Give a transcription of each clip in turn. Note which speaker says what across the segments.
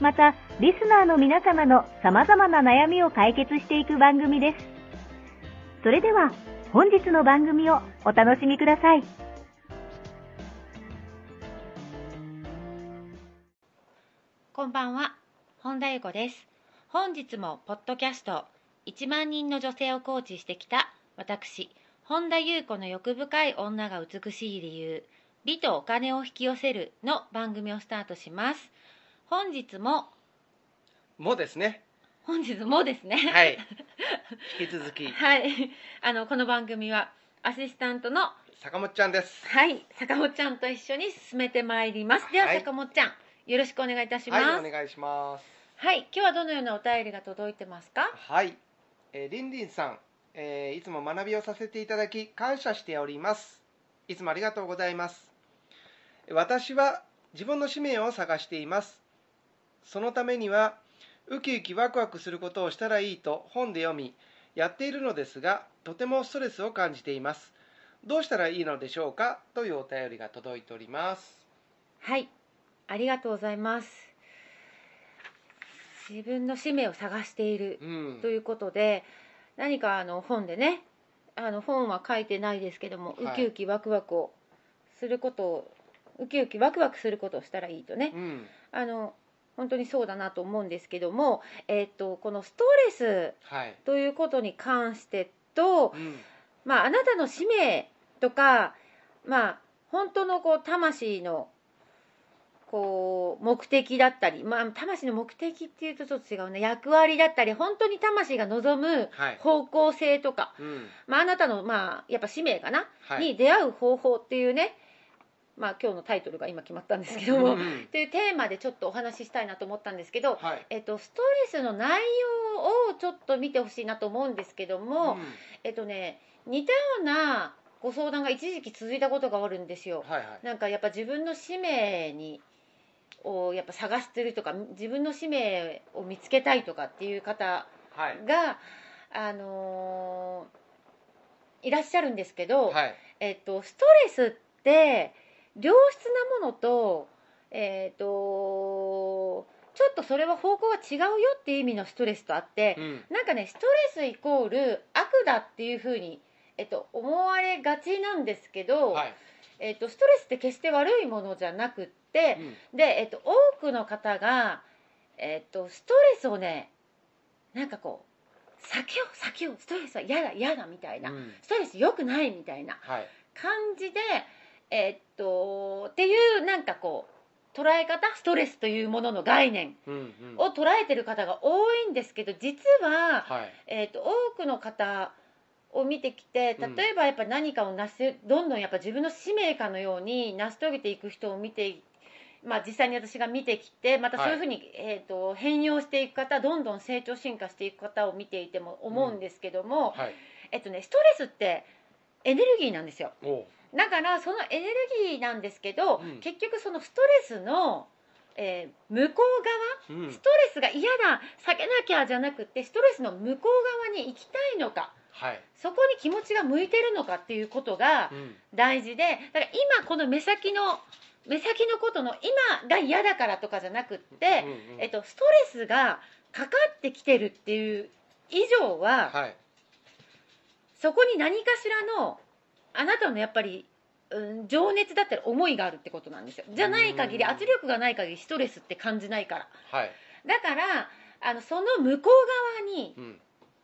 Speaker 1: また、リスナーの皆様の様々な悩みを解決していく番組です。それでは、本日の番組をお楽しみください。
Speaker 2: こんばんは、本田由子です。本日もポッドキャスト1万人の女性をコーチしてきた私、本田由子の欲深い女が美しい理由、美とお金を引き寄せるの番組をスタートします。本日も、
Speaker 3: もうです ね。
Speaker 2: 本日もですね。
Speaker 3: はい。引き続き、
Speaker 2: はい。あの、この番組はアシスタントの、
Speaker 3: 坂本ちゃんです。
Speaker 2: はい、坂本ちゃんと一緒に進めてまいります。では、
Speaker 3: はい
Speaker 2: 坂本ちゃん、よろしくお願いいたしま
Speaker 3: は
Speaker 2: す。
Speaker 3: い、お願いします。
Speaker 2: はい、今日はどのようなお便りが届いてますか
Speaker 3: はい。えー、りんりんさん、えーいつも学びをさせていただき、感謝しております。いつもありがとうございます。私は自分の使命を探しています。そのためには、ウキウキワクワクすることをしたらいいと本で読み、やっているのですが、とてもストレスを感じています。どうしたらいいのでしょうかというお便りが届いております。
Speaker 2: はい、ありがとうございます。自分の使命を探している
Speaker 3: うん
Speaker 2: と。いうことで、何かあの本でね、あの本は書いてないですけども、
Speaker 3: はい
Speaker 2: ウキウキワクワクをすることを、ウキウキワクワクすることをしたらいいとね、
Speaker 3: うん。
Speaker 2: あの本当にそうだなと思うんですけども、えっとこのストレス
Speaker 3: はい。
Speaker 2: ということに関してと、
Speaker 3: うん
Speaker 2: まあ、あなたの使命とか、まあ、本当のこう魂のこう目的だったり、まあ、魂の目的っていうとちょっと違うね役割だったり本当に魂が望む
Speaker 3: はい。
Speaker 2: 方向性とか、
Speaker 3: うん。
Speaker 2: まあ、あなたの、まあ、やっぱ使命かな、
Speaker 3: はい。
Speaker 2: に出会う方法っていうね、まあ、今日のタイトルが今決まったんですけども、
Speaker 3: うん
Speaker 2: っ
Speaker 3: うん
Speaker 2: ていうテーマでちょっとお話ししたいなと思ったんですけど、
Speaker 3: はい。
Speaker 2: えっと、ストレスの内容をちょっと見てほしいなと思うんですけども。
Speaker 3: うん
Speaker 2: えっとね似たようなご相談が一時期続いたことがあるんですよ。
Speaker 3: はいはい。
Speaker 2: なんかやっぱ自分の使命にをやっぱ探してるとか自分の使命を見つけたいとかっていう方
Speaker 3: はい。
Speaker 2: が、あのーいらっしゃるんですけど、
Speaker 3: はい。
Speaker 2: えっと、ストレスって良質なものと,、えっとちょっとそれは方向が違うよっていう意味のストレスとあって、
Speaker 3: うん。
Speaker 2: なんかねストレスイコール悪だっていうふうに、えっと、思われがちなんですけど、
Speaker 3: はい。
Speaker 2: えっと、ストレスって決して悪いものじゃなくって、
Speaker 3: うん
Speaker 2: で、えっと、多くの方が、えっと、ストレスをねなんかこう避けよう避けようストレスは嫌だ嫌だみたいな、
Speaker 3: うん
Speaker 2: ストレス良くないみたいな
Speaker 3: はい。
Speaker 2: 感じで、えっとっていうなんかこう捉え方ストレスというものの概念
Speaker 3: うんうん。
Speaker 2: を捉えてる方が多いんですけど実は、
Speaker 3: はい。
Speaker 2: えー、と多くの方を見てきて
Speaker 3: うん
Speaker 2: 例えばやっぱ何かをなせどんどんやっぱ自分の使命かのように成し遂げていく人を見て、まあ、実際に私が見てきてまたそういうふうに、えー、と変容していく方どんどん成長進化していく方を見ていても思うんですけども、
Speaker 3: はい。
Speaker 2: えっとね、ストレスってエネルギーなんですよ
Speaker 3: おう。
Speaker 2: だからそのエネルギーなんですけど、
Speaker 3: うん
Speaker 2: 結局そのストレスの、えー向こう側
Speaker 3: うん
Speaker 2: ス。トレスが嫌だ避けなきゃじゃなくてストレスの向こう側に行きたいのか
Speaker 3: はい。
Speaker 2: そこに気持ちが向いてるのかっていうことが
Speaker 3: うん。
Speaker 2: 大事でだから今この目先の目先のことの今が嫌だからとかじゃなくって、
Speaker 3: うんうん
Speaker 2: えっと、ストレスがかかってきてるっていう以上は、
Speaker 3: はい。
Speaker 2: そこに何かしらのあなたのやっぱりうん、情熱だったり思いがあるってことなんですよじゃない限り
Speaker 3: うん
Speaker 2: 圧力がない限りストレスって感じないから
Speaker 3: はい、
Speaker 2: だからあのその向こう側に
Speaker 3: うん、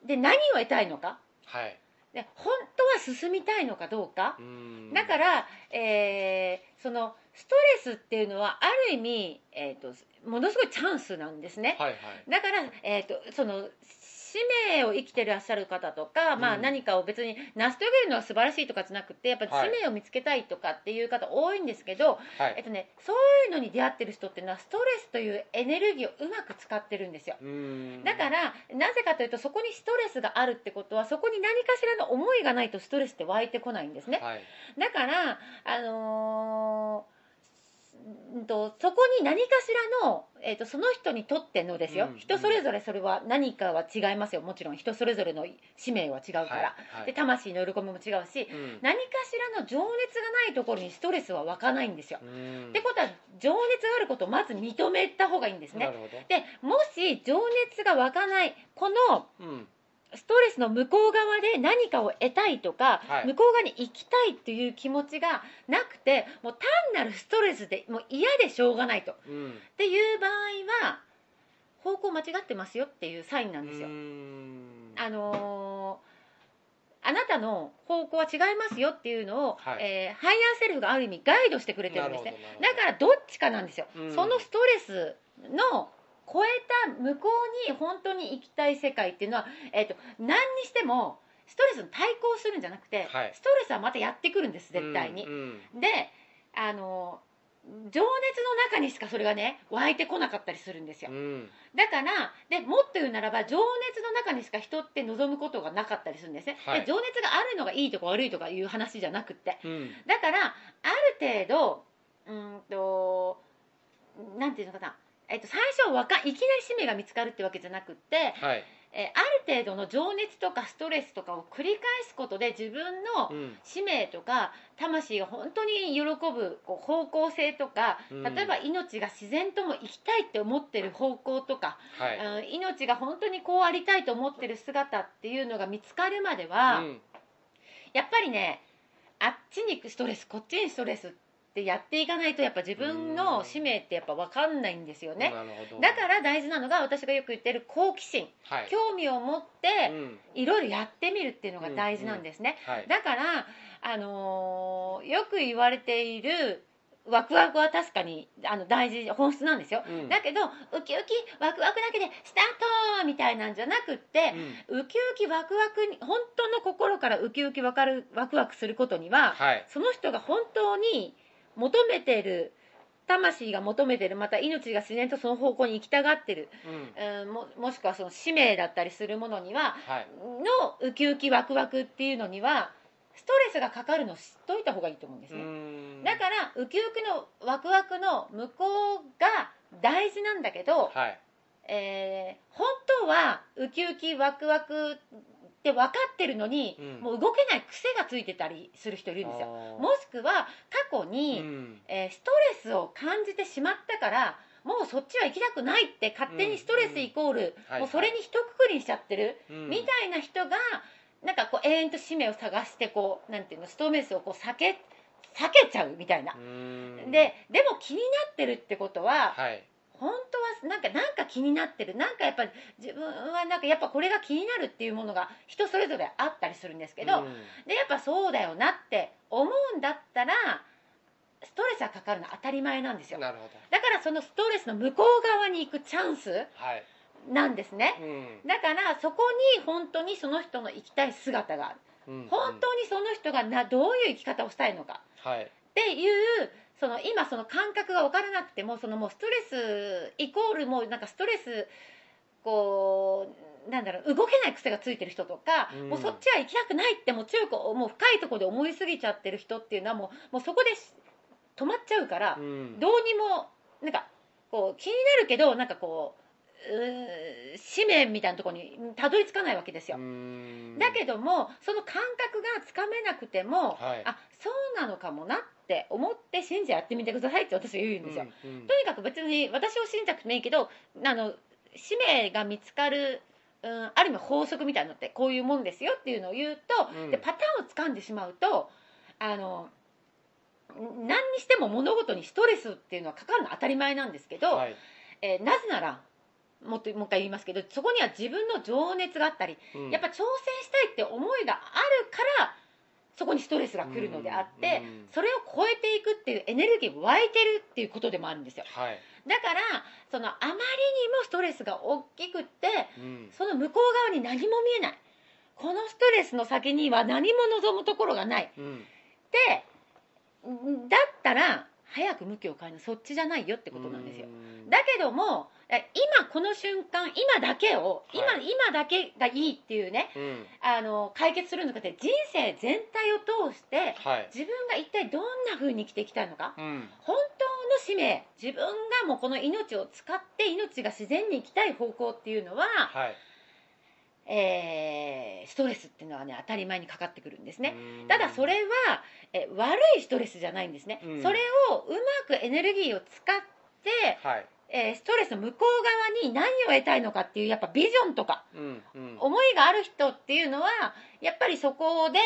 Speaker 2: で何を得たいのか
Speaker 3: はい、
Speaker 2: で本当は進みたいのかどうか
Speaker 3: うん
Speaker 2: だから、えーそのストレスっていうのはある意味、えー、とものすごいチャンスなんですね、
Speaker 3: はいはい、
Speaker 2: だから、えー、とその使命を生きてらっしゃる方とか、まあ、
Speaker 3: うん
Speaker 2: 何かを別に成し遂げるのは素晴らしいとかじゃなくてやっぱり
Speaker 3: はい
Speaker 2: 使命を見つけたいとかっていう方多いんですけど、
Speaker 3: は
Speaker 2: えっ
Speaker 3: い、
Speaker 2: とね、そういうのに出会ってる人っていうのはストレスというエネルギーをうまく使ってるんですよ。
Speaker 3: うん
Speaker 2: だからなぜかというとそこにストレスがあるってことはそこに何かしらの思いがないとストレスって湧いてこないんですね
Speaker 3: はい、
Speaker 2: だからあのーうんとそこに何かしらの、えー、とその人にとってのですよ、
Speaker 3: うん
Speaker 2: 人それぞれそれは何かは違いますよもちろん人それぞれの使命は違うから、
Speaker 3: はい、
Speaker 2: で魂の喜びも違うし
Speaker 3: うん
Speaker 2: 何かしらの情熱がないところにストレスは湧かないんですよ、
Speaker 3: うん
Speaker 2: ってことは情熱があることをまず認めた方がいいんですね
Speaker 3: なるほど、
Speaker 2: でもし情熱が湧かないこの
Speaker 3: うん、
Speaker 2: ストレスの向こう側で何かを得たいとか、
Speaker 3: はい
Speaker 2: 向こう側に行きたいという気持ちがなくてもう単なるストレスでもう嫌でしょうがないとっ
Speaker 3: うん、
Speaker 2: ていう場合は方向間違ってますよっていうサインなんですよ。
Speaker 3: うん
Speaker 2: あのーあなたの方向は違いますよっていうのを、
Speaker 3: はい
Speaker 2: えーハイヤーセルフがある意味ガイドしてくれてるんですね。だからどっちかなんですよ、
Speaker 3: うん
Speaker 2: そのストレスの超えた向こうに本当に行きたい世界っていうのは、えー、と何にしてもストレスに対抗するんじゃなくて、
Speaker 3: はい
Speaker 2: ストレスはまたやってくるんです絶対に、
Speaker 3: うんうん
Speaker 2: であの情熱の中にしかそれがね湧いてこなかったりするんですよ
Speaker 3: うん
Speaker 2: だからでもっと言うならば情熱の中にしか人って望むことがなかったりするんですね、
Speaker 3: はい
Speaker 2: で情熱があるのがいいとか悪いとかいう話じゃなくって
Speaker 3: うん
Speaker 2: だからある程度うーんとなんていうのかな、えっと、最初わかいきなり使命が見つかるってわけじゃなくって、
Speaker 3: はい、
Speaker 2: えある程度の情熱とかストレスとかを繰り返すことで自分の
Speaker 3: うん
Speaker 2: 使命とか魂が本当に喜ぶこう方向性とか
Speaker 3: うん
Speaker 2: 例えば命が自然とも生きたいって思ってる方向とか、
Speaker 3: はい、
Speaker 2: うん命が本当にこうありたいと思ってる姿っていうのが見つかるまでは。
Speaker 3: うん
Speaker 2: やっぱりねあっちにストレスこっちにストレスってやっていかないとやっぱ自分の使命ってやっぱ分かんないんですよね
Speaker 3: なるほど
Speaker 2: だから大事なのが私がよく言ってる好奇心
Speaker 3: はい
Speaker 2: 興味を持っ
Speaker 3: う
Speaker 2: て
Speaker 3: ん
Speaker 2: いろいろやってみるっていうのが大事なんですね
Speaker 3: はい
Speaker 2: だからあのーよく言われているワクワクは確かにあの大事本質なんですよ
Speaker 3: うん
Speaker 2: だけどウキウキワクワクだけでスタートみたいなんじゃなくって、
Speaker 3: うん
Speaker 2: ウキウキワクワクに本当の心からウキウキわかるワクワクすることには、
Speaker 3: はい
Speaker 2: その人が本当に求めてる魂が求めてるまた命が自然とその方向に行きたがってる、
Speaker 3: うん
Speaker 2: うん、ももしくはその使命だったりするものには
Speaker 3: はい
Speaker 2: のウキウキワクワクっていうのにはストレスがかかるのを知っといた方がいいと思うんです
Speaker 3: う
Speaker 2: ね。
Speaker 3: ん
Speaker 2: だからウキウキのワクワクの向こうが大事なんだけど、
Speaker 3: はい
Speaker 2: えー本当はウキウキワクワクって分かってるのに、
Speaker 3: うん
Speaker 2: もう動けない癖がついてたりする人いるんですよもしくは過去
Speaker 3: う
Speaker 2: に、
Speaker 3: ん
Speaker 2: えーストレスを感じてしまったからもうそっちは行きたくないって勝手にストレスイコール、
Speaker 3: はい
Speaker 2: もうそれに一括りにしちゃってる、
Speaker 3: うん
Speaker 2: みたいな人がなんかこう永遠と使命を探してこうなんていうのストレスをこう避け避けちゃうみたいな
Speaker 3: う、ん
Speaker 2: ででも気になってるってことは、
Speaker 3: はい
Speaker 2: 本当はなんかなんか気になってるなんかやっぱり自分はなんかやっぱこれが気になるっていうものが人それぞれあったりするんですけど、
Speaker 3: うん
Speaker 2: でやっぱそうだよなって思うんだったらストレスがかかるのは当たり前なんですよだか
Speaker 3: なるほど
Speaker 2: らそのストレスの向こう側に行くチャンス
Speaker 3: はい
Speaker 2: なんですね
Speaker 3: うん
Speaker 2: だからそこに本当にその人の行きたい姿がある
Speaker 3: うん
Speaker 2: 本当にその人がなどういう生き方をしたいのか
Speaker 3: はい
Speaker 2: っていうその今その感覚が分からなくてもそのもうストレスイコールもうなんかストレスこうなんだろう動けない癖がついてる人とか、
Speaker 3: うん
Speaker 2: もうそっちは行きたくないってもう強くもう深いところで思いすぎちゃってる人っていうのはもうもうそこでし止まっちゃうから、
Speaker 3: うん
Speaker 2: どうにもなんかこう気になるけどなんかこううー使命みたいなところにたどり着かないわけですよ。
Speaker 3: うん
Speaker 2: だけどもその感覚がつかめなくても、
Speaker 3: はい
Speaker 2: あそうなのかもなって思って信者やってみてくださいって私は言うんですよ、
Speaker 3: うんうん
Speaker 2: とにかく別に私を信じなくてもいいけどあの使命が見つかる、うん、ある意味法則みたいなのってこういうもんですよっていうのを言うと、
Speaker 3: うん
Speaker 2: でパターンをつかんでしまうとあの何にしても物事にストレスっていうのはかかるのは当たり前なんですけど、
Speaker 3: はい
Speaker 2: えーなぜならもっともう一回言いますけどそこには自分の情熱があったり、
Speaker 3: うん
Speaker 2: やっぱ挑戦したいって思いがあるからそこにストレスが来るのであって、
Speaker 3: うんうん
Speaker 2: それを超えていくっていうエネルギーが湧いてるっていうことでもあるんですよ
Speaker 3: はい、
Speaker 2: だからそのあまりにもストレスが大きくって
Speaker 3: うん
Speaker 2: その向こう側に何も見えないこのストレスの先には何も望むところがない
Speaker 3: うん
Speaker 2: でんだったら早く向きを変えるそっちじゃないよってことなんですよ
Speaker 3: うん
Speaker 2: だけどもえ今この瞬間今だけを今、
Speaker 3: は
Speaker 2: 今だけがいいっていうね
Speaker 3: うん
Speaker 2: あの解決するのかって人生全体を通して
Speaker 3: はい、
Speaker 2: 自分が一体どんな風に生きていきたいのか
Speaker 3: うん
Speaker 2: 本当の使命自分がもうこの命を使って命が自然に生きたい方向っていうのは、
Speaker 3: はい
Speaker 2: えーストレスっていうのはね当たり前にかかってくるんですね、
Speaker 3: うん
Speaker 2: ただそれはえ悪いストレスじゃないんですね、
Speaker 3: うん
Speaker 2: それをうまくエネルギーを使って、
Speaker 3: はい、
Speaker 2: えーストレスの向こう側に何を得たいのかっていうやっぱビジョンとか
Speaker 3: うんうん
Speaker 2: 思いがある人っていうのはやっぱりそこで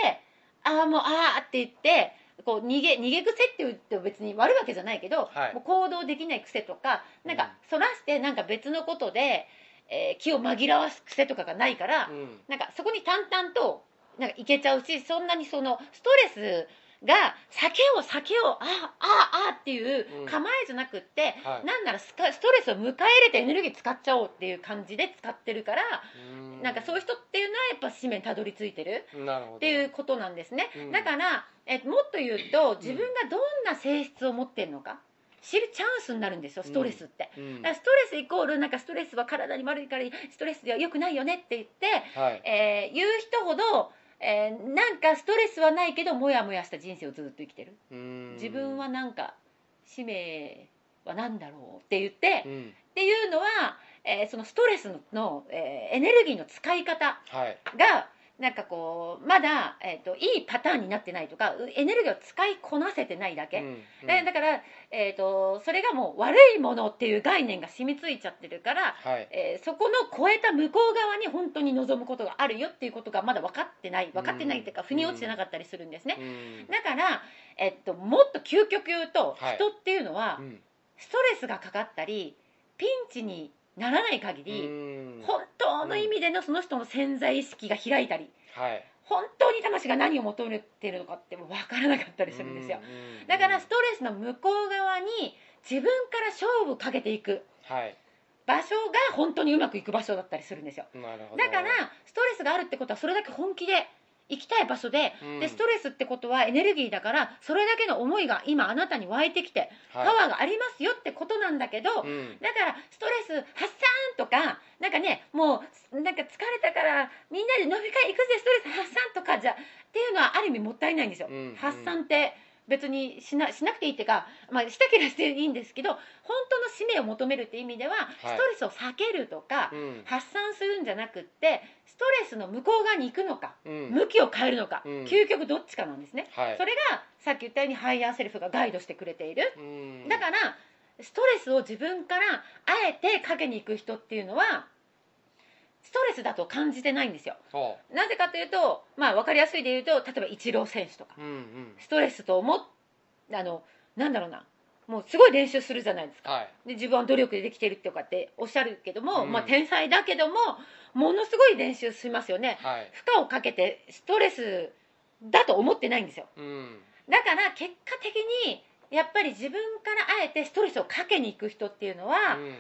Speaker 2: ああもうああって言ってこう逃げ逃げ癖って言うと別に悪いわけじゃないけど、
Speaker 3: はい
Speaker 2: もう行動できない癖とかなんかそらしてなんか別のことで、えー気を紛らわす癖とかがないから、
Speaker 3: うん
Speaker 2: なんかそこに淡々となんかいけちゃうしそんなにそのストレスが酒を酒をああああっていう
Speaker 3: うん
Speaker 2: 構えじゃなくって、
Speaker 3: はい
Speaker 2: なんならスカストレスを迎え入れてエネルギー使っちゃおうっていう感じで使ってるから、
Speaker 3: うん
Speaker 2: なんかそういう人っていうのはやっぱ紙面にたどり着いてる
Speaker 3: なるほど
Speaker 2: っていうことなんですね、
Speaker 3: うん
Speaker 2: だからえもっと言うと自分がどんな性質を持ってるのか知るチャンスになるんですよストレスって。
Speaker 3: うん
Speaker 2: だからストレスイコールなんかストレスは体に悪いからストレスでは良くないよねって言って
Speaker 3: はい
Speaker 2: えー言う人ほど、えーなんかストレスはないけどモヤモヤした人生をずっと生きてる、
Speaker 3: うん
Speaker 2: 自分はなんか使命は何だろうって言って、
Speaker 3: う
Speaker 2: っ
Speaker 3: ん
Speaker 2: ていうのは、えーそのストレスのえーエネルギーの使い方
Speaker 3: はい
Speaker 2: がなんかこうまだ、えー、といいパターンになってないとかうエネルギーを使いこなせてないだけ、
Speaker 3: うん
Speaker 2: で
Speaker 3: うん
Speaker 2: だから、えー、とそれがもう悪いものっていう概念が染みついちゃってるから、
Speaker 3: はい
Speaker 2: えーそこの超えた向こう側に本当に望むことがあるよっていうことがまだ分かってない分かってないっていうか
Speaker 3: うん
Speaker 2: 腑に落ちてなかったりするんですね、
Speaker 3: うん
Speaker 2: だから、えっと、もっと究極言うと、
Speaker 3: はい
Speaker 2: 人っていうのは
Speaker 3: うん
Speaker 2: ストレスがかかったりピンチにならない限り、
Speaker 3: うん
Speaker 2: 本当の意味でのその人の潜在意識が開いたり
Speaker 3: はい
Speaker 2: 本当に魂が何を求めてるのかってもう分からなかったりするんですよ、
Speaker 3: うんうん
Speaker 2: だからストレスの向こう側に自分から勝負かけていく
Speaker 3: はい
Speaker 2: 場所が本当にうまくいく場所だったりするんですよ
Speaker 3: なるほど
Speaker 2: だからストレスがあるってことはそれだけ本気で行きたい場所で,、
Speaker 3: うん
Speaker 2: でストレスってことはエネルギーだからそれだけの思いが今あなたに湧いてきてパ
Speaker 3: は
Speaker 2: ワーがありますよってことなんだけど、
Speaker 3: いうん
Speaker 2: だからストレス発散とかなんかねもうなんか疲れたからみんなで飲み会行くぜストレス発散とかじゃっていうのはある意味もったいないんですよ、
Speaker 3: うん
Speaker 2: 発散って別にしなしなくていいっていうか、まあ、したけりゃしていいんですけど本当の使命を求めるって意味では、ストレスを避けるとか、
Speaker 3: うん
Speaker 2: 発散するんじゃなくってストレスの向こう側に行くのか
Speaker 3: うん
Speaker 2: 向きを変えるのか、
Speaker 3: うん
Speaker 2: 究極どっちかなんですね、
Speaker 3: はい
Speaker 2: それがさっき言ったようにハイヤーセルフがガイドしてくれている、
Speaker 3: うん
Speaker 2: だからストレスを自分からあえてかけに行く人っていうのはストレスだと感じてないんですよ
Speaker 3: そ
Speaker 2: なぜかというとまあ分かりやすいで言うと例えばイチロー選手とか
Speaker 3: ううんうん
Speaker 2: ストレスと思っあのなんだろうなもうすごい練習するじゃないですか
Speaker 3: はい
Speaker 2: で自分は努力でできてるとかっておっしゃるけども、
Speaker 3: うん
Speaker 2: まあ、天才だけどもものすごい練習しますよね
Speaker 3: はい
Speaker 2: 負荷をかけてストレスだと思ってないんですよ
Speaker 3: うん
Speaker 2: だから結果的にやっぱり自分からあえてストレスをかけに行く人っていうのは、
Speaker 3: うん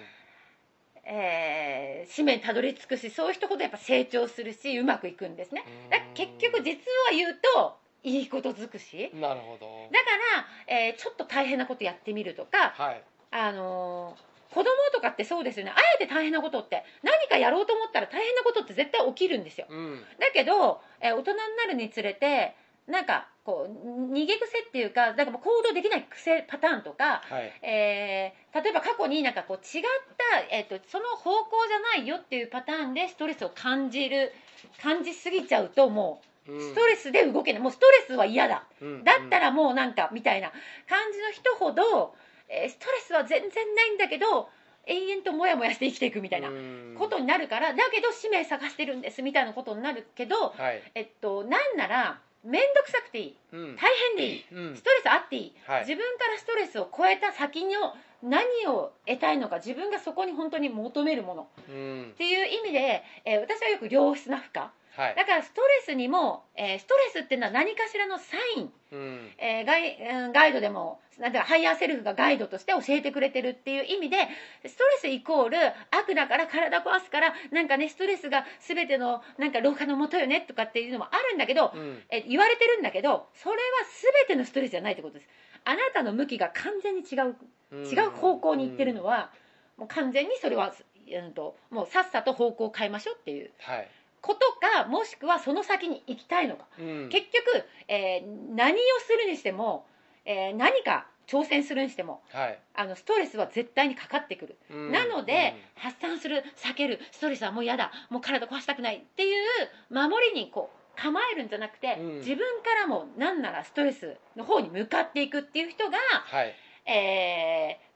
Speaker 2: えー使命にたどり着くしそういう人ほどやっぱ成長するしうまくいくんですねだから結局実は言うといいこと尽くし
Speaker 3: なるほど
Speaker 2: だから、えーちょっと大変なことやってみるとか、
Speaker 3: はい
Speaker 2: あのー子供とかってそうですよねあえて大変なことって何かやろうと思ったら大変なことって絶対起きるんですよ
Speaker 3: うん
Speaker 2: だけど、えー大人になるにつれてなんかこう逃げ癖っていうかなんかもう行動できない癖パターンとか、
Speaker 3: はい
Speaker 2: えー例えば過去になんかこう違った、えー、とその方向じゃないよっていうパターンでストレスを感じる感じすぎちゃうともうストレスで動けない、もうストレスは嫌だ
Speaker 3: ス
Speaker 2: だったらもうなんかみたいな感じの人ほど、えーストレスは全然ないんだけど延々とモヤモヤして生きていくみ
Speaker 3: み
Speaker 2: たいなことになるから、だけど使命探してるんですみたいなことになるけど、
Speaker 3: はい
Speaker 2: えっと、なんならめんどくさくていい
Speaker 3: うん
Speaker 2: 大変でいい
Speaker 3: うん
Speaker 2: ストレスあっていい、
Speaker 3: はい
Speaker 2: 自分からストレスを超えた先の何を得たいのか自分がそこに本当に求めるものっ
Speaker 3: うん
Speaker 2: ていう意味で、えー私はよく良質な負荷
Speaker 3: はい
Speaker 2: だからストレスにも、えーストレスっていうのは何かしらのサイン、
Speaker 3: うん
Speaker 2: えーガイうんガイドでもなんていうかハイヤーセルフがガイドとして教えてくれてるっていう意味でストレスイコール悪だから体壊すからなんかねストレスが全てのなんか老化のもとよねとかっていうのもあるんだけど
Speaker 3: うん
Speaker 2: え言われてるんだけどそれは全てのストレスじゃないってことですあなたの向きが完全に違う
Speaker 3: うん
Speaker 2: 違う方向に行ってるのは、もう完全にそれは、うん、ともうさっさと方向を変えましょうっていう
Speaker 3: はい
Speaker 2: ことかもしくはその先に行きたいのか、
Speaker 3: うん
Speaker 2: 結局、えー何をするにしても、えー何か挑戦するにしても
Speaker 3: はい
Speaker 2: あのストレスは絶対にかかってくる、
Speaker 3: うん
Speaker 2: なので、発散する避けるストレスはもう嫌だもう体壊したくないっていう守りにこう構えるんじゃなくて、
Speaker 3: うん
Speaker 2: 自分からもなんならストレスの方に向かっていくっていう人が、
Speaker 3: はい
Speaker 2: えー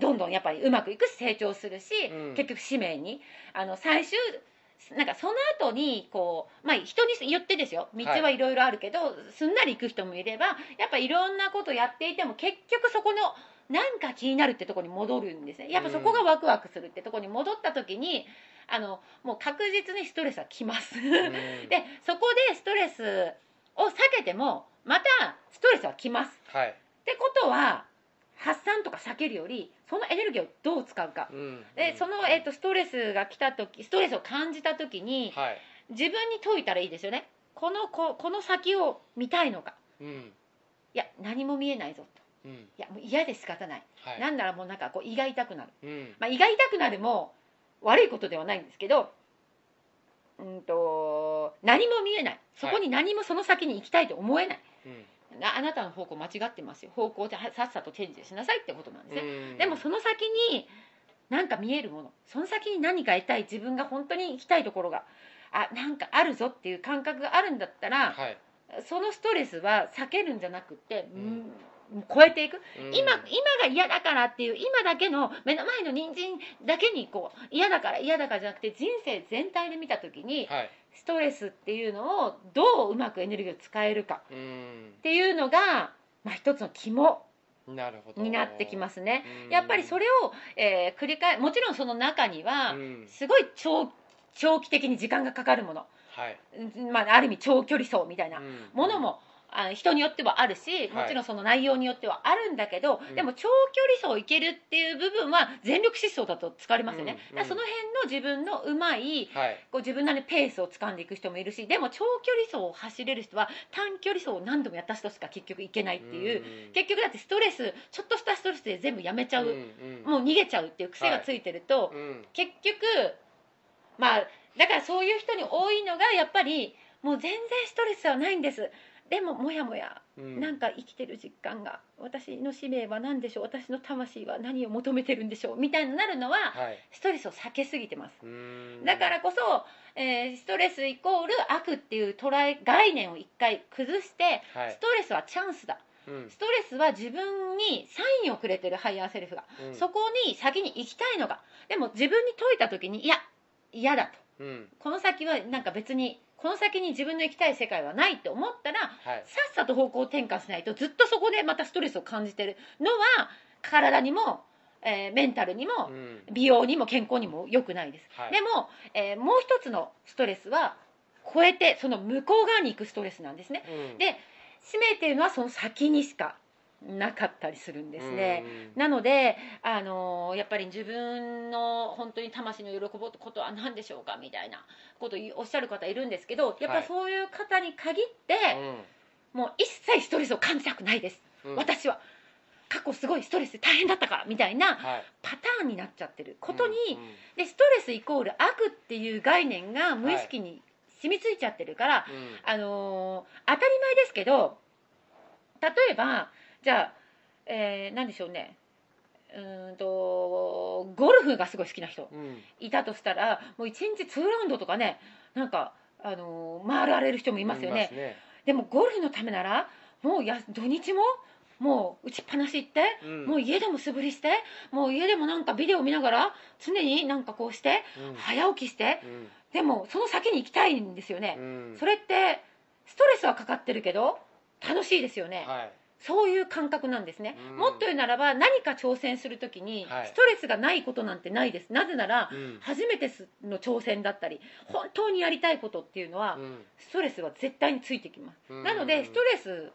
Speaker 2: どんどんやっぱりうまくいくし成長するし、
Speaker 3: うん
Speaker 2: 結局使命にあの最終なんかその後にこうまあ人によってですよ道はいろいろあるけど、すんなり行く人もいればやっぱいろんなことやっていても結局そこのなんか気になるってところに戻るんですねやっぱそこがワクワクするってところに戻った時にあのもう確実にストレスはきます、
Speaker 3: うん
Speaker 2: でそこでストレスを避けてもまたストレスはきます
Speaker 3: はい
Speaker 2: ってことは発散とか避けるよりそのエネルギーをどう使うか
Speaker 3: うん
Speaker 2: で
Speaker 3: うん
Speaker 2: その、えー、とストレスが来た時ストレスを感じた時に
Speaker 3: はい
Speaker 2: 自分に解いたらいいですよねこのここの先を見たいのか
Speaker 3: うん
Speaker 2: いや何も見えないぞと
Speaker 3: うん
Speaker 2: いやもう嫌で仕方ない、
Speaker 3: はい
Speaker 2: なんならもうなんかこう胃が痛くなる、
Speaker 3: うん
Speaker 2: まあ、胃が痛くなるも悪いことではないんですけどうんと何も見えないそこに何もその先に行きたいと思えない、
Speaker 3: うん
Speaker 2: なあなたの方向間違ってますよ方向をささっさとチェンジしなさいってことなんですね、
Speaker 3: うん
Speaker 2: でもその先に何か見えるものその先に何か得たい自分が本当に行きたいところがあなんかあるぞっていう感覚があるんだったら
Speaker 3: はい
Speaker 2: そのストレスは避けるんじゃなくって、
Speaker 3: う
Speaker 2: うん超えていく
Speaker 3: うん
Speaker 2: 今今が嫌だからっていう今だけの目の前の人参だけにこう嫌だから嫌だからじゃなくて人生全体で見た時に
Speaker 3: はい
Speaker 2: ストレスっていうのをどううまくエネルギーを使えるか
Speaker 3: うん
Speaker 2: っていうのが、まあ、一つの肝
Speaker 3: なるほど
Speaker 2: になってきますすね。やっぱりそれを、えー繰り返もちろんその中には
Speaker 3: うん
Speaker 2: すごい長長期的に時間がかかるもの、
Speaker 3: はい
Speaker 2: うんまあ、ある意味長距離走みたいな
Speaker 3: うん
Speaker 2: ものも、あ人によってはあるし
Speaker 3: はい
Speaker 2: もちろんその内容によってはあるんだけど、
Speaker 3: うん
Speaker 2: でも長距離走いけるっていう部分は全力疾走だと疲れますよね、
Speaker 3: うん
Speaker 2: だからその辺の自分のうまい
Speaker 3: はい
Speaker 2: こう自分なりのペースを掴んでいく人もいるしでも長距離走を走れる人は短距離走を何度もやった人しか結局いけないっていう、
Speaker 3: うん
Speaker 2: 結局だってストレスちょっとしたストレスで全部やめちゃう、
Speaker 3: うんうん
Speaker 2: もう逃げちゃうっていう癖がついてると、
Speaker 3: うん
Speaker 2: 結局まあだからそういう人に多いのがやっぱりもう全然ストレスはないんですでももやもや
Speaker 3: うん
Speaker 2: なんか生きてる実感が私の使命は何でしょう私の魂は何を求めてるんでしょうみたいになるのは
Speaker 3: はい
Speaker 2: ストレスを避けすぎてます
Speaker 3: うん
Speaker 2: だからこそ、えーストレスイコール悪っていう捉え概念を一回崩して
Speaker 3: はい
Speaker 2: ストレスはチャンスだ
Speaker 3: うん
Speaker 2: ストレスは自分にサインをくれてるハイヤーセルフが
Speaker 3: うん
Speaker 2: そこに先に行きたいのがでも自分に解いた時にいや嫌だ
Speaker 3: う
Speaker 2: と
Speaker 3: ん
Speaker 2: この先はなんか別にこの先に自分の行きたい世界はないと思ったら
Speaker 3: はい
Speaker 2: さっさと方向転換しないとずっとそこでまたストレスを感じてるのは体にも、えーメンタルにも
Speaker 3: うん
Speaker 2: 美容にも健康にも良くないです、
Speaker 3: はい
Speaker 2: でも、えーもう一つのストレスは超えてその向こう側に行くストレスなんですね
Speaker 3: うん
Speaker 2: で使命っていうのはその先にしかなかったりするんですね、
Speaker 3: うん
Speaker 2: なので、あのーやっぱり自分の本当に魂の喜ぶことは何でしょうかみたいなことをおっしゃる方いるんですけどやっぱ
Speaker 3: は
Speaker 2: り
Speaker 3: い
Speaker 2: そういう方に限って、もう一切ストレスを感じたくないです、
Speaker 3: うんうん
Speaker 2: 私は過去すごいストレスで大変だったからみたいな
Speaker 3: はい
Speaker 2: パターンになっちゃってることに、
Speaker 3: うんうん
Speaker 2: でストレスイコール悪っていう概念が無意識に染みついちゃってるから、
Speaker 3: うん
Speaker 2: あのー当たり前ですけど例えばじゃあ、えー何でしょうねうーんとゴルフがすごい好きな人
Speaker 3: うん
Speaker 2: いたとしたらもう1日2ラウンドとかねなんか、あのー回られる人もいますよねでもゴルフのためならもうや土日ももう打ちっぱなし行って、
Speaker 3: うん
Speaker 2: もう家でも素振りしてもう家でもなんかビデオ見ながら常になんかこうして
Speaker 3: うん
Speaker 2: 早起きしてでもその先に行きたいんですよね。
Speaker 3: うん
Speaker 2: それってスストレスはかかってるけど楽しいですよね、
Speaker 3: はい
Speaker 2: そういう感覚なんですね、
Speaker 3: うん
Speaker 2: もっと言うならば何か挑戦するときに
Speaker 3: はい
Speaker 2: ストレスがないことなんてないです、なぜなら
Speaker 3: うん
Speaker 2: 初めての挑戦だったり本当にやりたいことっていうのは
Speaker 3: うん
Speaker 2: ストレスは絶対についてきます、
Speaker 3: うん
Speaker 2: なのでストレス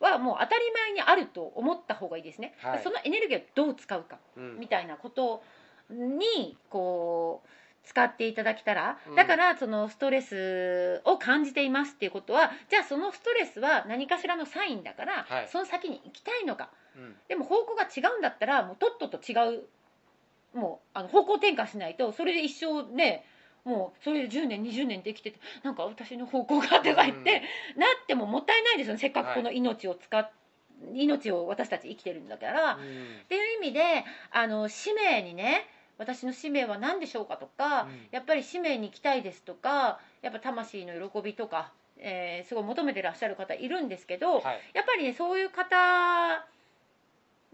Speaker 2: はもう当たり前にあると思った方がいいですね、
Speaker 3: はい
Speaker 2: そのエネルギーをどう使うか
Speaker 3: うん
Speaker 2: みたいなことにこう使っていただけたら、
Speaker 3: うん
Speaker 2: だからそのストレスを感じていますっていうことはじゃあそのストレスは何かしらのサインだから、
Speaker 3: はい
Speaker 2: その先に行きたいのか
Speaker 3: うん
Speaker 2: でも方向が違うんだったらもうとっとと違うもうあの方向転換しないとそれで一生ねもうそれで10年20年できててなんか私の方向がとか言って、なってももったいないですよねせっかくこの命を使っ、命を私たち生きてるんだから、
Speaker 3: う
Speaker 2: っ
Speaker 3: ん
Speaker 2: ていう意味であの使命にね私の使命は何でしょうかとか、
Speaker 3: うん
Speaker 2: やっぱり使命に行きたいですとかやっぱ魂の喜びとか、えーすごい求めてらっしゃる方いるんですけ
Speaker 3: は
Speaker 2: ど、
Speaker 3: い
Speaker 2: やっぱりねそういう方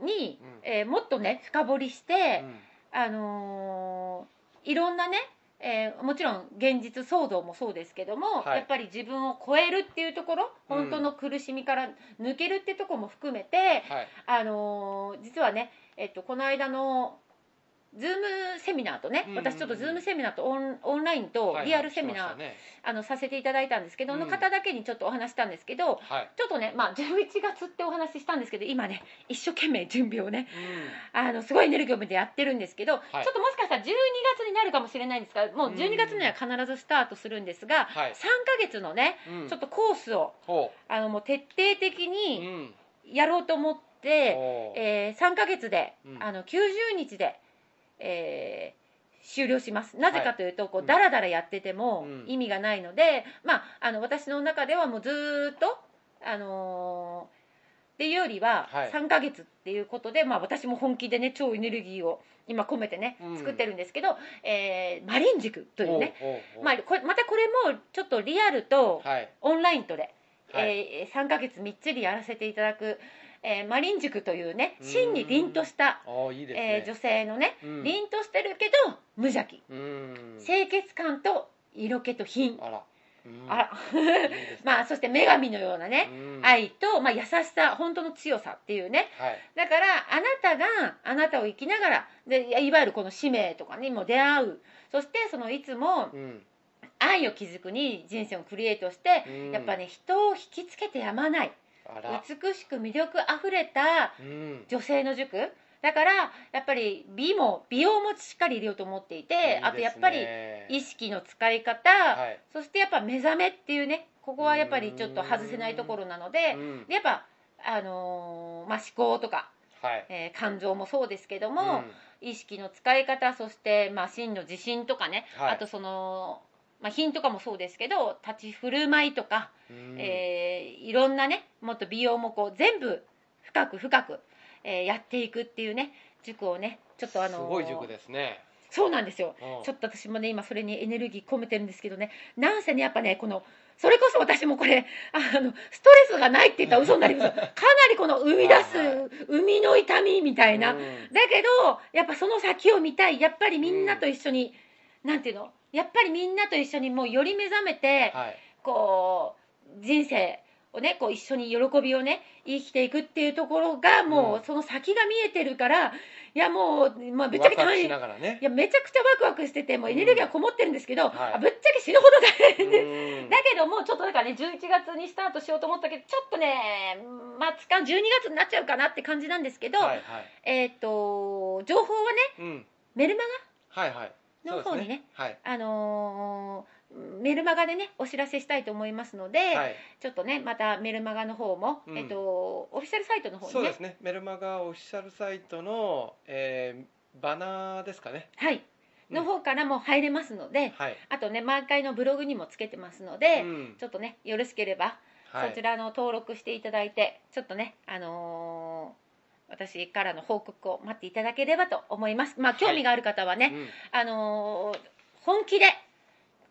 Speaker 2: に、
Speaker 3: うん
Speaker 2: えーもっとね深掘りして
Speaker 3: う、ん
Speaker 2: あのーいろんなね、えーもちろん現実創造もそうですけども、
Speaker 3: はい
Speaker 2: やっぱり自分を超えるっていうところ
Speaker 3: うん
Speaker 2: 本当の苦しみから抜けるってところも含めて、
Speaker 3: はい
Speaker 2: あのー実はね、えっと、この間の。ズームセミナーとね、
Speaker 3: うんうんうん
Speaker 2: 私ちょっとズームセミナーとオンオンラインとリアルセミナー、
Speaker 3: はいはい
Speaker 2: あのさせていただいたんですけど、
Speaker 3: うん
Speaker 2: の方だけにちょっとお話したんですけど、
Speaker 3: はい
Speaker 2: ちょっとね、まあ、11月ってお話ししたんですけど今ね一生懸命準備をね
Speaker 3: うん
Speaker 2: あのすごいエネルギーを持ってやってるんですけど、
Speaker 3: い
Speaker 2: ちょっともしかしたら12月になるかもしれないんですがもう12月には必ずスタートするんですが、
Speaker 3: はい
Speaker 2: 3ヶ月のね
Speaker 3: うん
Speaker 2: ちょっとコースを
Speaker 3: ほ
Speaker 2: あのもう徹底的
Speaker 3: うう
Speaker 2: に
Speaker 3: ん
Speaker 2: やろうと思って、
Speaker 3: ほう
Speaker 2: えー3ヶ月で、
Speaker 3: うん
Speaker 2: あの90日で、えー終了しますなぜかというと、こ
Speaker 3: う
Speaker 2: うんだらだらやってても
Speaker 3: うん
Speaker 2: 意味がないので、まあ、あの私の中ではもうずーっと、あのーっていうよりは
Speaker 3: はい
Speaker 2: 3ヶ月っていうことで、まあ、私も本気でね超エネルギーを今込めてね
Speaker 3: うん
Speaker 2: 作ってるんですけど、えーマリン塾というね、
Speaker 3: ほうほうほう
Speaker 2: まあ、これまたこれもちょっとリアルと
Speaker 3: はい
Speaker 2: オンラインとで、
Speaker 3: はい
Speaker 2: えー3ヶ月みっちりやらせていただく、えーマリン塾というね
Speaker 3: うん
Speaker 2: 真に凛とした、
Speaker 3: おーいいです
Speaker 2: え
Speaker 3: ね
Speaker 2: ー女性のね
Speaker 3: うん
Speaker 2: 凛としてるけど無邪気
Speaker 3: うん
Speaker 2: 清潔感と色気と品、
Speaker 3: あらうん
Speaker 2: あ ら
Speaker 3: いいですね
Speaker 2: まあそして女神のようなね、
Speaker 3: うん
Speaker 2: 愛と、まあ、優しさ本当の強さっていうね
Speaker 3: はい
Speaker 2: だからあなたがあなたを生きながらでいわゆるこの使命とかにも出会うそしてそのいつも
Speaker 3: うん
Speaker 2: 愛を築に人生をクリエイトして、
Speaker 3: うん
Speaker 2: やっぱね人を引きつけてやまない
Speaker 3: あら
Speaker 2: 美しく魅力あふれた
Speaker 3: うん
Speaker 2: 女性の塾だからやっぱり美も美容もしっかり入れようと思っていて
Speaker 3: いいですね
Speaker 2: あとやっぱり意識の使い方、
Speaker 3: はい
Speaker 2: そしてやっぱ目覚めっていうねここはやっぱりちょっと外せないところなので
Speaker 3: うん
Speaker 2: でやっぱ、あのーまあ、思考とか、
Speaker 3: はい
Speaker 2: えー感情もそうですけども、意識の使い方そして、まあ、真の自信とかね、
Speaker 3: はい
Speaker 2: あとその、まあ、品とかもそうですけど立ち振る舞いとか、
Speaker 3: うん
Speaker 2: えーいろんなねもっと美容もこう全部深く深く、えーやっていくっていうね塾をねちょっとあのー
Speaker 3: すごい塾ですね
Speaker 2: そうなんですよ
Speaker 3: うん
Speaker 2: ちょっと私もね今それにエネルギー込めてるんですけどねなんせねやっぱねこのそれこそ私もこれあのストレスがないって言ったら嘘になりますよかなりこの生み出す
Speaker 3: はいは
Speaker 2: 生みの痛みみたいな、
Speaker 3: う
Speaker 2: だ
Speaker 3: ん
Speaker 2: けどやっぱその先を見たいやっぱりみんなと一緒に、なんていうのやっぱりみんなと一緒にもうより目覚めて、
Speaker 3: はい
Speaker 2: こう人生をねこう一緒に喜びをね生きていくっていうところがもう、
Speaker 3: うん
Speaker 2: その先が見えてるからいやもう、まあ、ぶっちゃ
Speaker 3: ワ
Speaker 2: け
Speaker 3: クワク
Speaker 2: 大
Speaker 3: し
Speaker 2: 変
Speaker 3: ながらね
Speaker 2: いやめちゃくちゃワクワクしててもうエネルギーはこもってるんですけど、
Speaker 3: んはい
Speaker 2: あぶっちゃけ死ぬほど大
Speaker 3: う
Speaker 2: 変です、
Speaker 3: ん
Speaker 2: だけどもうちょっとだからね11月にスタートしようと思ったけどちょっとねまあつか12月になっちゃうかなって感じなんですけど、
Speaker 3: はいはい
Speaker 2: えっ、と情報はね
Speaker 3: うん
Speaker 2: メルマ
Speaker 3: はいはい
Speaker 2: ガの方にね
Speaker 3: はい
Speaker 2: あのーメルマガでねお知らせしたいと思いますので、
Speaker 3: はい
Speaker 2: ちょっとねまたメルマガの方も、
Speaker 3: うん
Speaker 2: えっ、とオフィシャルサイトの方
Speaker 3: そ
Speaker 2: に
Speaker 3: う
Speaker 2: ね
Speaker 3: ですねメルマガオフィシャルサイトのえーバナーですかね
Speaker 2: はいの方からも入れますので、
Speaker 3: はい
Speaker 2: あとね満開のブログにもつけてますので、
Speaker 3: うん
Speaker 2: ちょっとねよろしければ
Speaker 3: はい
Speaker 2: そちらの登録していただいてちょっとねあのー私からの報告を待っていただければと思いますまあ興味がある方はね、
Speaker 3: うん
Speaker 2: あのー本気で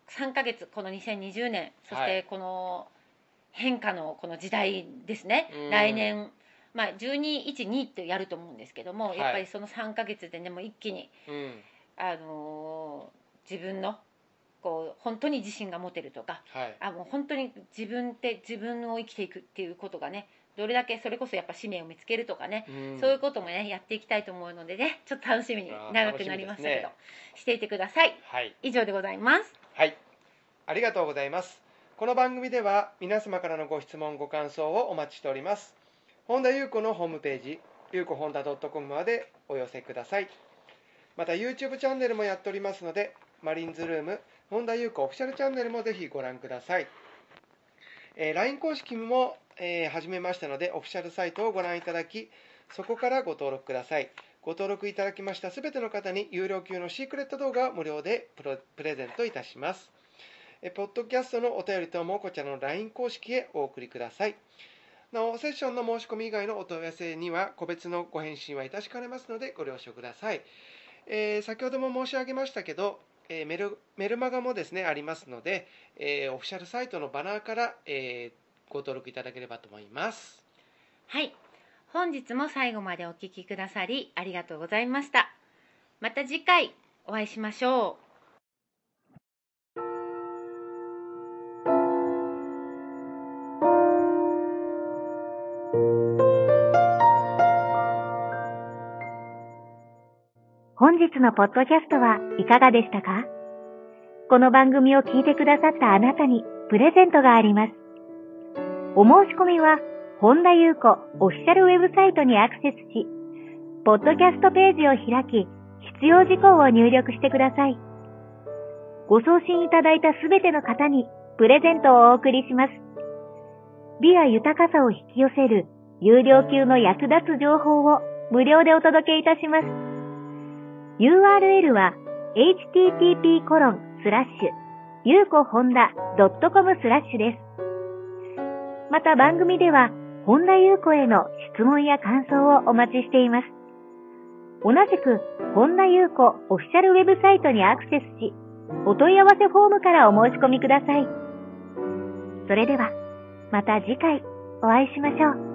Speaker 2: 3ヶ月この2020年そし
Speaker 3: は
Speaker 2: て
Speaker 3: い
Speaker 2: この変化のこの時代ですね、
Speaker 3: うん
Speaker 2: 来年まあ1212ってやると思うんですけども、
Speaker 3: はい
Speaker 2: やっぱりその3ヶ月でねもう一気に
Speaker 3: うん
Speaker 2: あのー自分のこう本当に自信が持てるとか
Speaker 3: はい
Speaker 2: あもう本当に自分って自分を生きていくっていうことがねどれだけそれこそやっぱ使命を見つけるとかね、
Speaker 3: うん
Speaker 2: そういうこともねやっていきたいと思うのでねちょっと楽しみに
Speaker 3: あー
Speaker 2: 長くなりましたけど、
Speaker 3: 楽
Speaker 2: していてください
Speaker 3: はい
Speaker 2: 以上でございます
Speaker 3: はい、ありがとうございます。この番組では皆様からのご質問、ご感想をお待ちしております。本田裕子のホームページ、ゆうこ本田 .com までお寄せください。また YouTube チャンネルもやっておりますので、マリンズルーム、本田裕子オフィシャルチャンネルもぜひご覧ください。えー LINE 公式も、えー始めましたので、オフィシャルサイトをご覧いただき、そこからご登録ください。ご登録いただきましたすべての方に有料級のシークレット動画を無料でプロプレゼントいたします。えポッドキャストのお便り等もこちらの LINE 公式へお送りください。なお、セッションの申し込み以外のお問い合わせには個別のご返信はいたしかねますのでご了承ください。えー先ほども申し上げましたけど、えーメルメルマガもですねありますので、えーオフィシャルサイトのバナーから、えーご登録いただければと思います。
Speaker 2: はい本日も最後までお聞きくださりありがとうございましたまた次回お会いしましょう
Speaker 1: 本日のポッドキャストはいかがでしたかこの番組を聞いてくださったあなたにプレゼントがあります。お申し込みは、本田裕子オフィシャルウェブサイトにアクセスし、ポッドキャストページを開き、必要事項を入力してください。ご送信いただいたすべての方にプレゼントをお送りします。美や豊かさを引き寄せる有料級の役立つ情報を無料でお届けいたします。URL は http コロンスラッシュゆうこほんだ .com スラッシュです。また番組では、本田ゆうこへの質問や感想をお待ちしています。同じく、本田ゆうこオフィシャルウェブサイトにアクセスし、お問い合わせフォームからお申し込みください。それでは、また次回お会いしましょう。